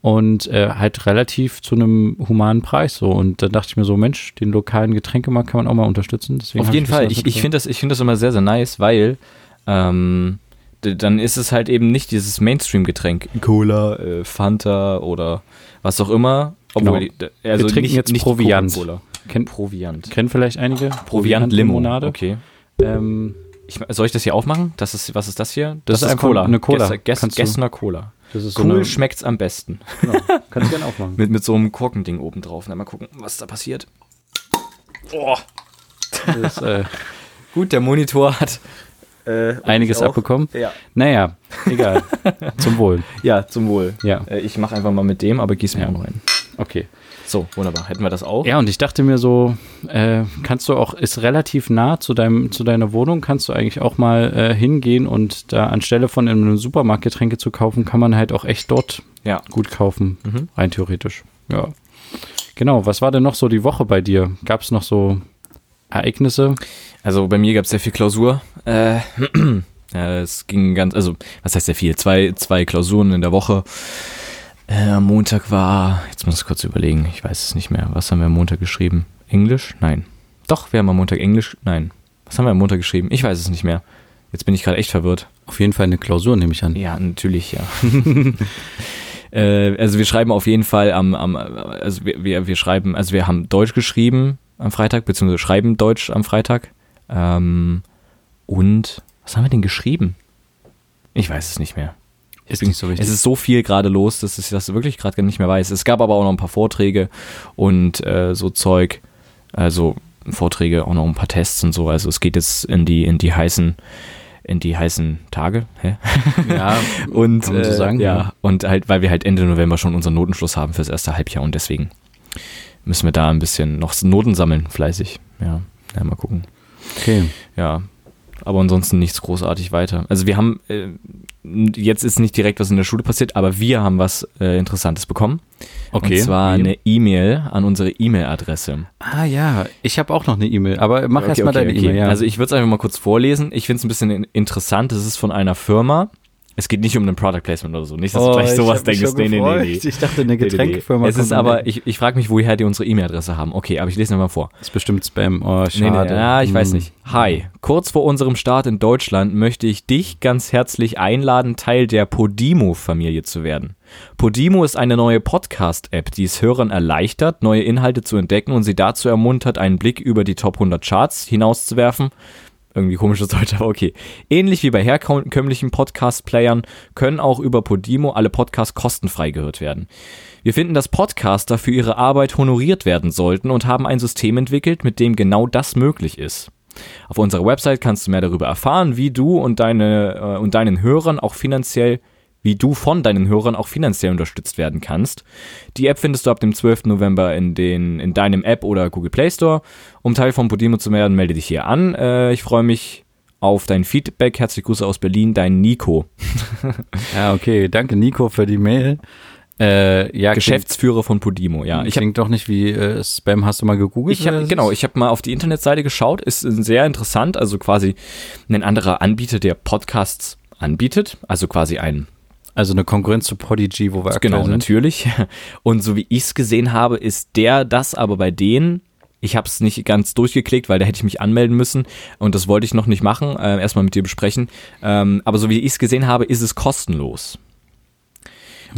Speaker 1: Und äh, halt relativ zu einem humanen Preis so. Und dann dachte ich mir so, Mensch, den lokalen Getränkemarkt kann man auch mal unterstützen. Deswegen
Speaker 2: Auf
Speaker 1: hab
Speaker 2: jeden
Speaker 1: ein bisschen
Speaker 2: Fall.
Speaker 1: was
Speaker 2: Ich, ich
Speaker 1: mitgebracht.
Speaker 2: finde das, ich find das immer sehr, sehr nice, weil ähm, d- dann ist es halt eben nicht dieses Mainstream-Getränk. Cola, äh, Fanta oder was auch immer.
Speaker 1: Genau.
Speaker 2: Obwohl, die- d- also
Speaker 1: Wir trinken
Speaker 2: nicht,
Speaker 1: jetzt
Speaker 2: nicht
Speaker 1: Proviant.
Speaker 2: Coca-Cola.
Speaker 1: Kennt,
Speaker 2: Proviant.
Speaker 1: kennen vielleicht einige.
Speaker 2: Proviant-Limonade. Okay.
Speaker 1: Ähm,
Speaker 2: Ich, soll ich das hier aufmachen? Das ist, was ist das hier?
Speaker 1: Das ist einfach eine Cola.
Speaker 2: Gess- Gess-
Speaker 1: Kannst du-
Speaker 2: Gessener Cola.
Speaker 1: das ist
Speaker 2: Cool
Speaker 1: so
Speaker 2: schmeckt's am besten.
Speaker 1: eine, genau. Kannst du gerne aufmachen.
Speaker 2: Mit, mit so einem Korkending oben drauf. Na, mal gucken, was da passiert. Oh,
Speaker 1: Das, ist, äh,
Speaker 2: gut, der Monitor hat
Speaker 1: einiges abbekommen.
Speaker 2: Ja.
Speaker 1: Naja, egal. Zum Wohl.
Speaker 2: Ja, zum Wohl.
Speaker 1: Ja.
Speaker 2: Äh, ich mache einfach mal mit dem, aber gieß mir
Speaker 1: Ja.
Speaker 2: auch noch einen.
Speaker 1: Okay.
Speaker 2: So, wunderbar. Hätten wir das auch?
Speaker 1: Ja, und ich dachte mir so, äh, kannst du auch, ist relativ nah zu, deinem, zu deiner Wohnung, kannst du eigentlich auch mal äh, hingehen und da anstelle von in einem Supermarkt Getränke zu kaufen, kann man halt auch echt dort
Speaker 2: Ja.
Speaker 1: gut kaufen, rein theoretisch. Ja. Genau, was war denn noch so die Woche bei dir? Gab es noch so Ereignisse?
Speaker 2: Also bei mir gab es sehr viel Klausur. Äh, ja, es ging ganz, also was heißt sehr viel? Zwei, zwei Klausuren in der Woche. Äh, am Montag war, jetzt muss ich kurz überlegen, ich weiß es nicht mehr. Was haben wir am Montag geschrieben? Englisch? Nein. Doch, wir haben am Montag Englisch? Nein. Was haben wir am Montag geschrieben? Ich weiß es nicht mehr. Jetzt bin ich gerade echt verwirrt.
Speaker 1: Auf jeden Fall eine Klausur, nehme ich an.
Speaker 2: Ja, natürlich, ja. äh, also wir schreiben auf jeden Fall am, am also wir, wir, wir schreiben, also wir haben Deutsch geschrieben am Freitag, beziehungsweise schreiben Deutsch am Freitag. Ähm, und was haben wir denn geschrieben? Ich weiß es nicht mehr.
Speaker 1: Ist nicht so
Speaker 2: Es ist so viel gerade los, dass ich das wirklich gerade nicht mehr weiß. Es gab aber auch noch ein paar Vorträge und äh, so Zeug, also Vorträge, auch noch ein paar Tests und so. Also es geht jetzt in die, in die heißen, in die heißen Tage. Hä?
Speaker 1: Ja,
Speaker 2: Und,
Speaker 1: Kann man so
Speaker 2: äh,
Speaker 1: sagen,
Speaker 2: ja,
Speaker 1: ja.
Speaker 2: und halt, weil wir halt Ende November schon unseren Notenschluss haben fürs erste Halbjahr und deswegen müssen wir da ein bisschen noch Noten sammeln, fleißig. Ja, ja mal gucken.
Speaker 1: okay.
Speaker 2: Ja, aber ansonsten nichts großartig weiter. Also wir haben, äh, jetzt ist nicht direkt was in der Schule passiert, aber wir haben was äh, Interessantes bekommen.
Speaker 1: Okay.
Speaker 2: Und zwar
Speaker 1: Wie?
Speaker 2: eine E-Mail an unsere E-Mail-Adresse.
Speaker 1: Ah ja, ich habe auch noch eine E-Mail, aber mach erst mal deine E-Mail. Ja.
Speaker 2: Also ich würde es einfach mal kurz vorlesen. Ich finde es ein bisschen in- interessant. Es ist von einer Firma. Es geht nicht um ein Product Placement oder so. Nicht,
Speaker 1: Oh,
Speaker 2: dass du gleich sowas denkst. Nee, nee, nee, nee.
Speaker 1: Ich dachte, eine
Speaker 2: Nee, nee, nee.
Speaker 1: Getränkefirma.
Speaker 2: Es ist
Speaker 1: kommt
Speaker 2: aber,
Speaker 1: an.
Speaker 2: ich, ich frage mich, woher die unsere E-Mail-Adresse haben. Okay, aber ich lese nochmal vor.
Speaker 1: ist bestimmt Spam. Oh,
Speaker 2: Nee,
Speaker 1: schade.
Speaker 2: nee, ja, ich weiß
Speaker 1: Hm.
Speaker 2: nicht. Hi, kurz vor unserem Start in Deutschland möchte ich dich ganz herzlich einladen, Teil der Podimo-Familie zu werden. Podimo ist eine neue Podcast-App, die es Hörern erleichtert, neue Inhalte zu entdecken und sie dazu ermuntert, einen Blick über die Top 100 Charts hinauszuwerfen irgendwie komisches Deutsch, aber okay. Ähnlich wie bei herkömmlichen Podcast-Playern können auch über Podimo alle Podcasts kostenfrei gehört werden. Wir finden, dass Podcaster für ihre Arbeit honoriert werden sollten und haben ein System entwickelt, mit dem genau das möglich ist. Auf unserer Website kannst du mehr darüber erfahren, wie du und deine äh, und deinen Hörern auch finanziell wie du von deinen Hörern auch finanziell unterstützt werden kannst. Die App findest du ab dem 12. November in, den, in deinem App oder Google Play Store. Um Teil von Podimo zu werden, melde dich hier an. Äh, ich freue mich auf dein Feedback. Herzliche Grüße aus Berlin, dein Nico,
Speaker 1: Ja, okay. Danke, Nico, für die Mail. Äh, ja,
Speaker 2: Geschäftsführer von Podimo. Ja,
Speaker 1: Klingt,
Speaker 2: ich habe
Speaker 1: klingt doch nicht wie äh, Spam. Hast du mal gegoogelt?
Speaker 2: Ich hab,
Speaker 1: oder-
Speaker 2: genau, ich habe mal auf die Internetseite geschaut, ist äh, sehr interessant, also quasi ein anderer Anbieter, der Podcasts anbietet, also quasi ein
Speaker 1: Also eine Konkurrenz zu Podigy, wo wir aktuell
Speaker 2: Genau,
Speaker 1: sind.
Speaker 2: natürlich. Und so wie ich es gesehen habe, ist der das aber bei denen. Ich habe es nicht ganz durchgeklickt, weil da hätte ich mich anmelden müssen und das wollte ich noch nicht machen. Äh, erstmal mit dir besprechen. Ähm, aber so wie ich es gesehen habe, ist es kostenlos.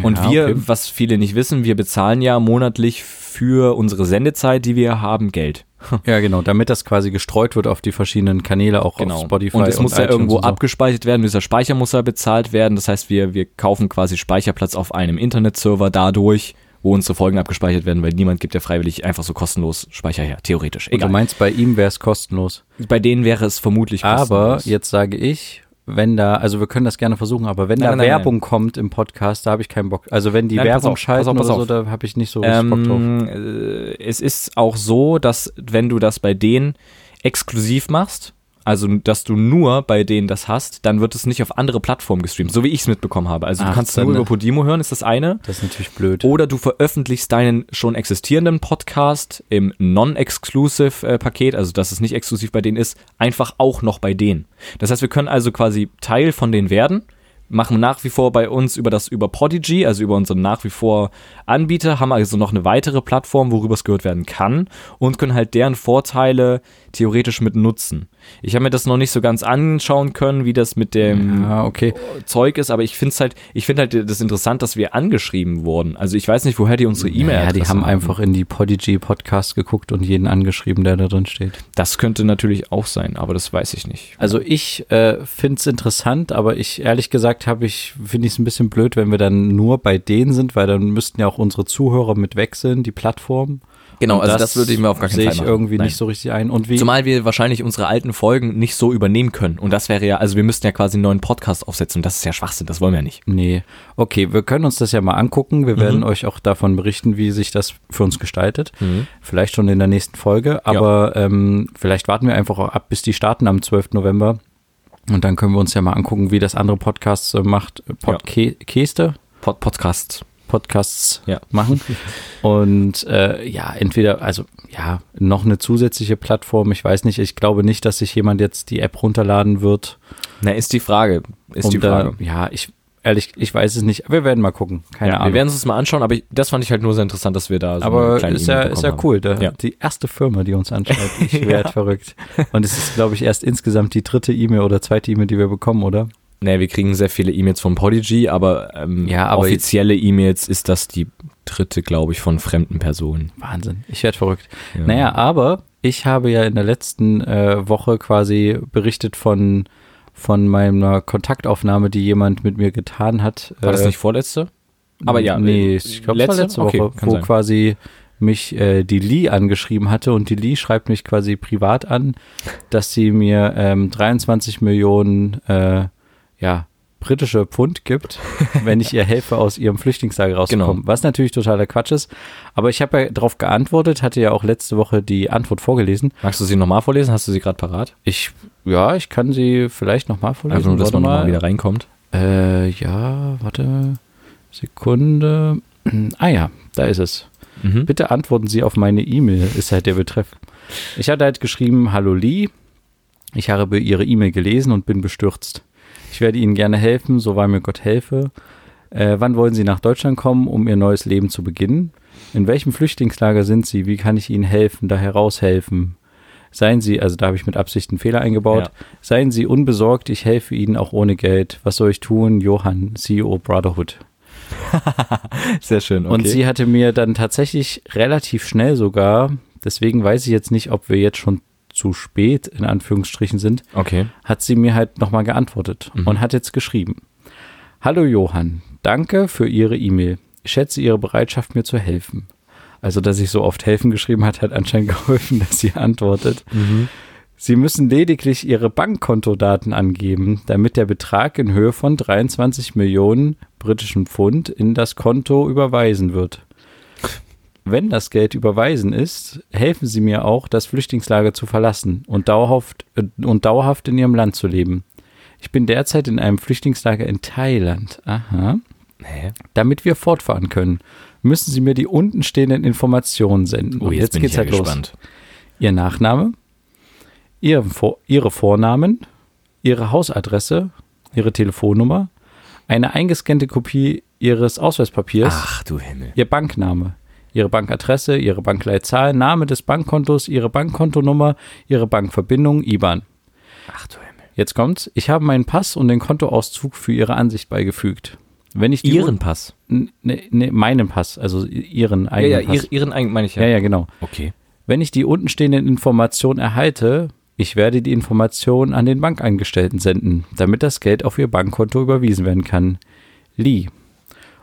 Speaker 2: Und
Speaker 1: Ja,
Speaker 2: wir,
Speaker 1: okay.
Speaker 2: was viele nicht wissen, wir bezahlen ja monatlich für unsere Sendezeit, die wir haben, Geld.
Speaker 1: Ja, genau. Damit das quasi gestreut wird auf die verschiedenen Kanäle, auch auf Spotify.
Speaker 2: Genau. Und es muss ja
Speaker 1: iTunes
Speaker 2: irgendwo
Speaker 1: Genau. und so.
Speaker 2: abgespeichert werden, dieser Speicher muss ja bezahlt werden. Das heißt, wir, wir kaufen quasi Speicherplatz auf einem Internetserver dadurch, wo unsere Folgen abgespeichert werden, weil niemand gibt ja freiwillig einfach so kostenlos Speicher her, theoretisch.
Speaker 1: Und Du
Speaker 2: Egal.
Speaker 1: meinst, bei ihm wäre es kostenlos.
Speaker 2: Bei denen wäre es vermutlich
Speaker 1: Aber
Speaker 2: kostenlos.
Speaker 1: jetzt sage ich, wenn da, also wir können das gerne versuchen, aber wenn da
Speaker 2: Nein, nein, nein,
Speaker 1: Werbung kommt im Podcast, da habe ich keinen Bock. Also wenn die
Speaker 2: Nein, pass
Speaker 1: Werbung
Speaker 2: auf, pass
Speaker 1: schalten
Speaker 2: auf, pass
Speaker 1: oder so,
Speaker 2: auf.
Speaker 1: da habe ich nicht so richtig Bock drauf.
Speaker 2: ähm, äh, es ist auch so, dass wenn du das bei denen exklusiv machst, Also, dass du nur bei denen das hast, dann wird es nicht auf andere Plattformen gestreamt, so wie ich es mitbekommen habe. Also,
Speaker 1: Ach,
Speaker 2: du kannst es
Speaker 1: dann- ne?
Speaker 2: nur über Podimo hören, ist das eine.
Speaker 1: Das ist natürlich blöd.
Speaker 2: Oder du veröffentlichst deinen schon existierenden Podcast im Non-Exclusive-Paket, also dass es nicht exklusiv bei denen ist, einfach auch noch bei denen. Das heißt, wir können also quasi Teil von denen werden, machen nach wie vor bei uns über das über Podigy, also über unseren nach wie vor Anbieter, haben also noch eine weitere Plattform, worüber es gehört werden kann und können halt deren Vorteile theoretisch mit nutzen. Ich habe mir das noch nicht so ganz anschauen können, wie das mit dem
Speaker 1: Ja, Ah, okay.
Speaker 2: Zeug ist, aber ich finde halt, ich finde halt das interessant, dass wir angeschrieben wurden. Also ich weiß nicht, woher die unsere E-Mail
Speaker 1: Ja, die haben einfach in die Podigy Podcast geguckt und jeden angeschrieben, der da drin steht.
Speaker 2: Das könnte natürlich auch sein, aber das weiß ich nicht.
Speaker 1: Also ich äh, finde es interessant, aber ich ehrlich gesagt habe ich finde ich es ein bisschen blöd, wenn wir dann nur bei denen sind, weil dann müssten ja auch unsere Zuhörer mit wechseln, die Plattform.
Speaker 2: Genau,
Speaker 1: Und
Speaker 2: also das würde ich mir auf gar keinen
Speaker 1: sehe
Speaker 2: Fall
Speaker 1: ich
Speaker 2: machen.
Speaker 1: irgendwie
Speaker 2: Nein.
Speaker 1: nicht so richtig ein. Und wie
Speaker 2: Zumal wir wahrscheinlich unsere alten Folgen nicht so übernehmen können. Und das wäre ja, also wir müssten ja quasi einen neuen Podcast aufsetzen. Und das ist ja Schwachsinn, das wollen wir ja nicht.
Speaker 1: Nee. Okay, wir können uns das ja mal angucken. Wir
Speaker 2: Mhm.
Speaker 1: werden euch auch davon berichten, wie sich das für uns gestaltet.
Speaker 2: Mhm.
Speaker 1: Vielleicht schon in der nächsten Folge, aber ähm, vielleicht warten wir einfach auch ab, bis die starten am 12. November. Und dann können wir uns ja mal angucken, wie das andere Podcasts äh, macht. Podcaste?
Speaker 2: Pod Podcast.
Speaker 1: Podcasts
Speaker 2: Ja.
Speaker 1: machen. Und äh, ja, entweder, also ja, noch eine zusätzliche Plattform. Ich weiß nicht, ich glaube nicht, dass sich jemand jetzt die App runterladen wird.
Speaker 2: Na, ist die Frage. Ist
Speaker 1: um
Speaker 2: die
Speaker 1: da-
Speaker 2: Frage.
Speaker 1: ja, ich ehrlich, ich weiß es nicht. Wir werden mal gucken. Keine
Speaker 2: Ja,
Speaker 1: Ahnung.
Speaker 2: wir werden es uns mal anschauen, aber ich, das fand ich halt nur sehr interessant, dass wir da so eine
Speaker 1: aber
Speaker 2: kleine
Speaker 1: ist ja,
Speaker 2: E-Mail
Speaker 1: ist ja
Speaker 2: bekommen
Speaker 1: cool. Da,
Speaker 2: Ja.
Speaker 1: Die erste Firma, die uns anschreibt, ich werde verrückt. Und es ist, glaube ich, erst insgesamt die dritte E-Mail oder zweite E-Mail, die wir bekommen, oder?
Speaker 2: haben. Nee, wir kriegen sehr viele E-Mails von Podigy, aber, ähm,
Speaker 1: Ja, aber-
Speaker 2: offizielle E-Mails ist das die dritte, glaube ich, von fremden Personen.
Speaker 1: Wahnsinn, ich werde verrückt.
Speaker 2: Ja.
Speaker 1: Naja, aber ich habe ja in der letzten äh, Woche quasi berichtet von, von meiner Kontaktaufnahme, die jemand mit mir getan hat.
Speaker 2: War das
Speaker 1: Äh,
Speaker 2: nicht vorletzte? Aber ja,
Speaker 1: nee,
Speaker 2: äh,
Speaker 1: ich glaube, letzte, war letzte
Speaker 2: Okay,
Speaker 1: Woche,
Speaker 2: kann
Speaker 1: wo
Speaker 2: sein.
Speaker 1: quasi mich äh, die Lee angeschrieben hatte und die Lee schreibt mich quasi privat an, dass sie mir ähm, 23 Millionen äh, ja, britische Pfund gibt, wenn ich ihr helfe, aus ihrem Flüchtlingslager rauszukommen.
Speaker 2: Genau.
Speaker 1: Was natürlich totaler Quatsch ist. Aber ich habe ja darauf geantwortet, hatte ja auch letzte Woche die Antwort vorgelesen.
Speaker 2: Magst du sie nochmal vorlesen? Hast du sie gerade parat?
Speaker 1: Ich, ja, ich kann sie vielleicht nochmal vorlesen.
Speaker 2: Einfach nur, dass
Speaker 1: Warte
Speaker 2: man nochmal wieder reinkommt.
Speaker 1: äh, ja, warte. Sekunde. Ah ja, da ist es.
Speaker 2: Mhm.
Speaker 1: Bitte antworten Sie auf meine E-Mail, ist halt der Betreff. Ich hatte halt geschrieben, hallo Lee, ich habe Ihre E-Mail gelesen und bin bestürzt. Ich werde Ihnen gerne helfen, so wahr mir Gott helfe. Äh, wann wollen Sie nach Deutschland kommen, um Ihr neues Leben zu beginnen? In welchem Flüchtlingslager sind Sie? Wie kann ich Ihnen helfen, da heraushelfen? Seien Sie, also da habe ich mit Absicht einen Fehler eingebaut.
Speaker 2: Ja.
Speaker 1: Seien Sie unbesorgt, ich helfe Ihnen auch ohne Geld. Was soll ich tun? Johann, CEO Brotherhood.
Speaker 2: Sehr schön. Okay.
Speaker 1: Und sie hatte mir dann tatsächlich relativ schnell sogar, deswegen weiß ich jetzt nicht, ob wir jetzt schon zu spät in Anführungsstrichen sind,
Speaker 2: okay.
Speaker 1: hat sie mir halt nochmal geantwortet und hat jetzt geschrieben. Hallo Johann, danke für Ihre E-Mail. Ich schätze Ihre Bereitschaft, mir zu helfen. Also, dass ich so oft helfen geschrieben hat, hat anscheinend geholfen, dass sie antwortet. Sie müssen lediglich Ihre Bankkontodaten angeben, damit der Betrag in Höhe von 23 Millionen britischen Pfund in das Konto überweisen wird. Wenn das Geld überweisen ist, helfen Sie mir auch, das Flüchtlingslager zu verlassen und dauerhaft, äh, und dauerhaft in Ihrem Land zu leben. Ich bin derzeit in einem Flüchtlingslager in Thailand. Aha.
Speaker 2: Hä?
Speaker 1: Damit wir fortfahren können, müssen Sie mir die unten stehenden Informationen senden.
Speaker 2: Oh,
Speaker 1: Und halt
Speaker 2: jetzt, bin ich ja gespannt.
Speaker 1: Ihr Nachname, Ihren Vor Ihre Vornamen, Ihre Hausadresse, Ihre Telefonnummer, eine eingescannte Kopie Ihres Ausweispapiers,
Speaker 2: Ach du Himmel.
Speaker 1: Ihr Bankname, Ihre Bankadresse, Ihre Bankleitzahl, Name des Bankkontos, Ihre Bankkontonummer, Ihre Bankverbindung, IBAN.
Speaker 2: Ach du Himmel.
Speaker 1: Jetzt kommt's. Ich habe meinen Pass und den Kontoauszug für Ihre Ansicht beigefügt. Wenn ich die
Speaker 2: Ihren Pass.
Speaker 1: N- Nee, nee, meinen Pass, also Ihren eigenen Pass.
Speaker 2: ihren eigenen meine ich
Speaker 1: ja, ja, genau.
Speaker 2: Okay.
Speaker 1: Wenn ich die untenstehenden Informationen erhalte, ich werde die Informationen an den Bankangestellten senden, damit das Geld auf ihr Bankkonto überwiesen werden kann. Lee.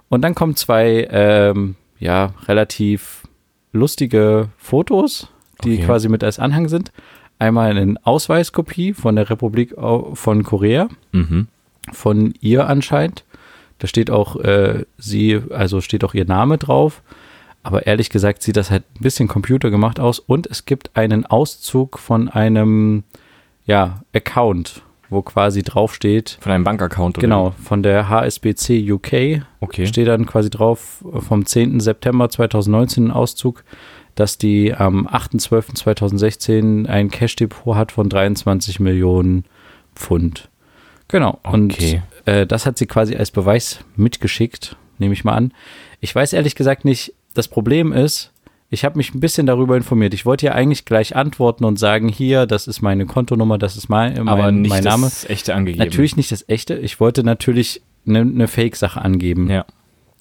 Speaker 1: Und dann kommen zwei, ähm, ja, relativ lustige Fotos, die
Speaker 2: Okay.
Speaker 1: quasi mit als Anhang sind. Einmal eine Ausweiskopie von der Republik au- von Korea,
Speaker 2: Mhm.
Speaker 1: von ihr anscheinend. Da steht auch äh, sie, also steht auch ihr Name drauf. Aber ehrlich gesagt sieht das halt ein bisschen computergemacht aus. Und es gibt einen Auszug von einem, ja, Account, wo quasi draufsteht,
Speaker 2: Von einem Bankaccount oder
Speaker 1: genau, von der HSBC UK
Speaker 2: Okay.
Speaker 1: steht dann quasi drauf äh, vom 10. September 2019 ein Auszug, dass die am 8.12.2016 ein Cash-Depot hat von 23 Millionen Pfund. Genau.
Speaker 2: Okay.
Speaker 1: Und äh, das hat sie quasi als Beweis mitgeschickt, nehme ich mal an. Ich weiß ehrlich gesagt nicht, das Problem ist, ich habe mich ein bisschen darüber informiert. Ich wollte ja eigentlich gleich antworten und sagen, hier, das ist meine Kontonummer, das ist mein, mein,
Speaker 2: Aber nicht
Speaker 1: mein Name.
Speaker 2: das echte angegeben.
Speaker 1: Natürlich nicht das echte. Ich wollte natürlich eine ne, Fake-Sache angeben.
Speaker 2: Ja.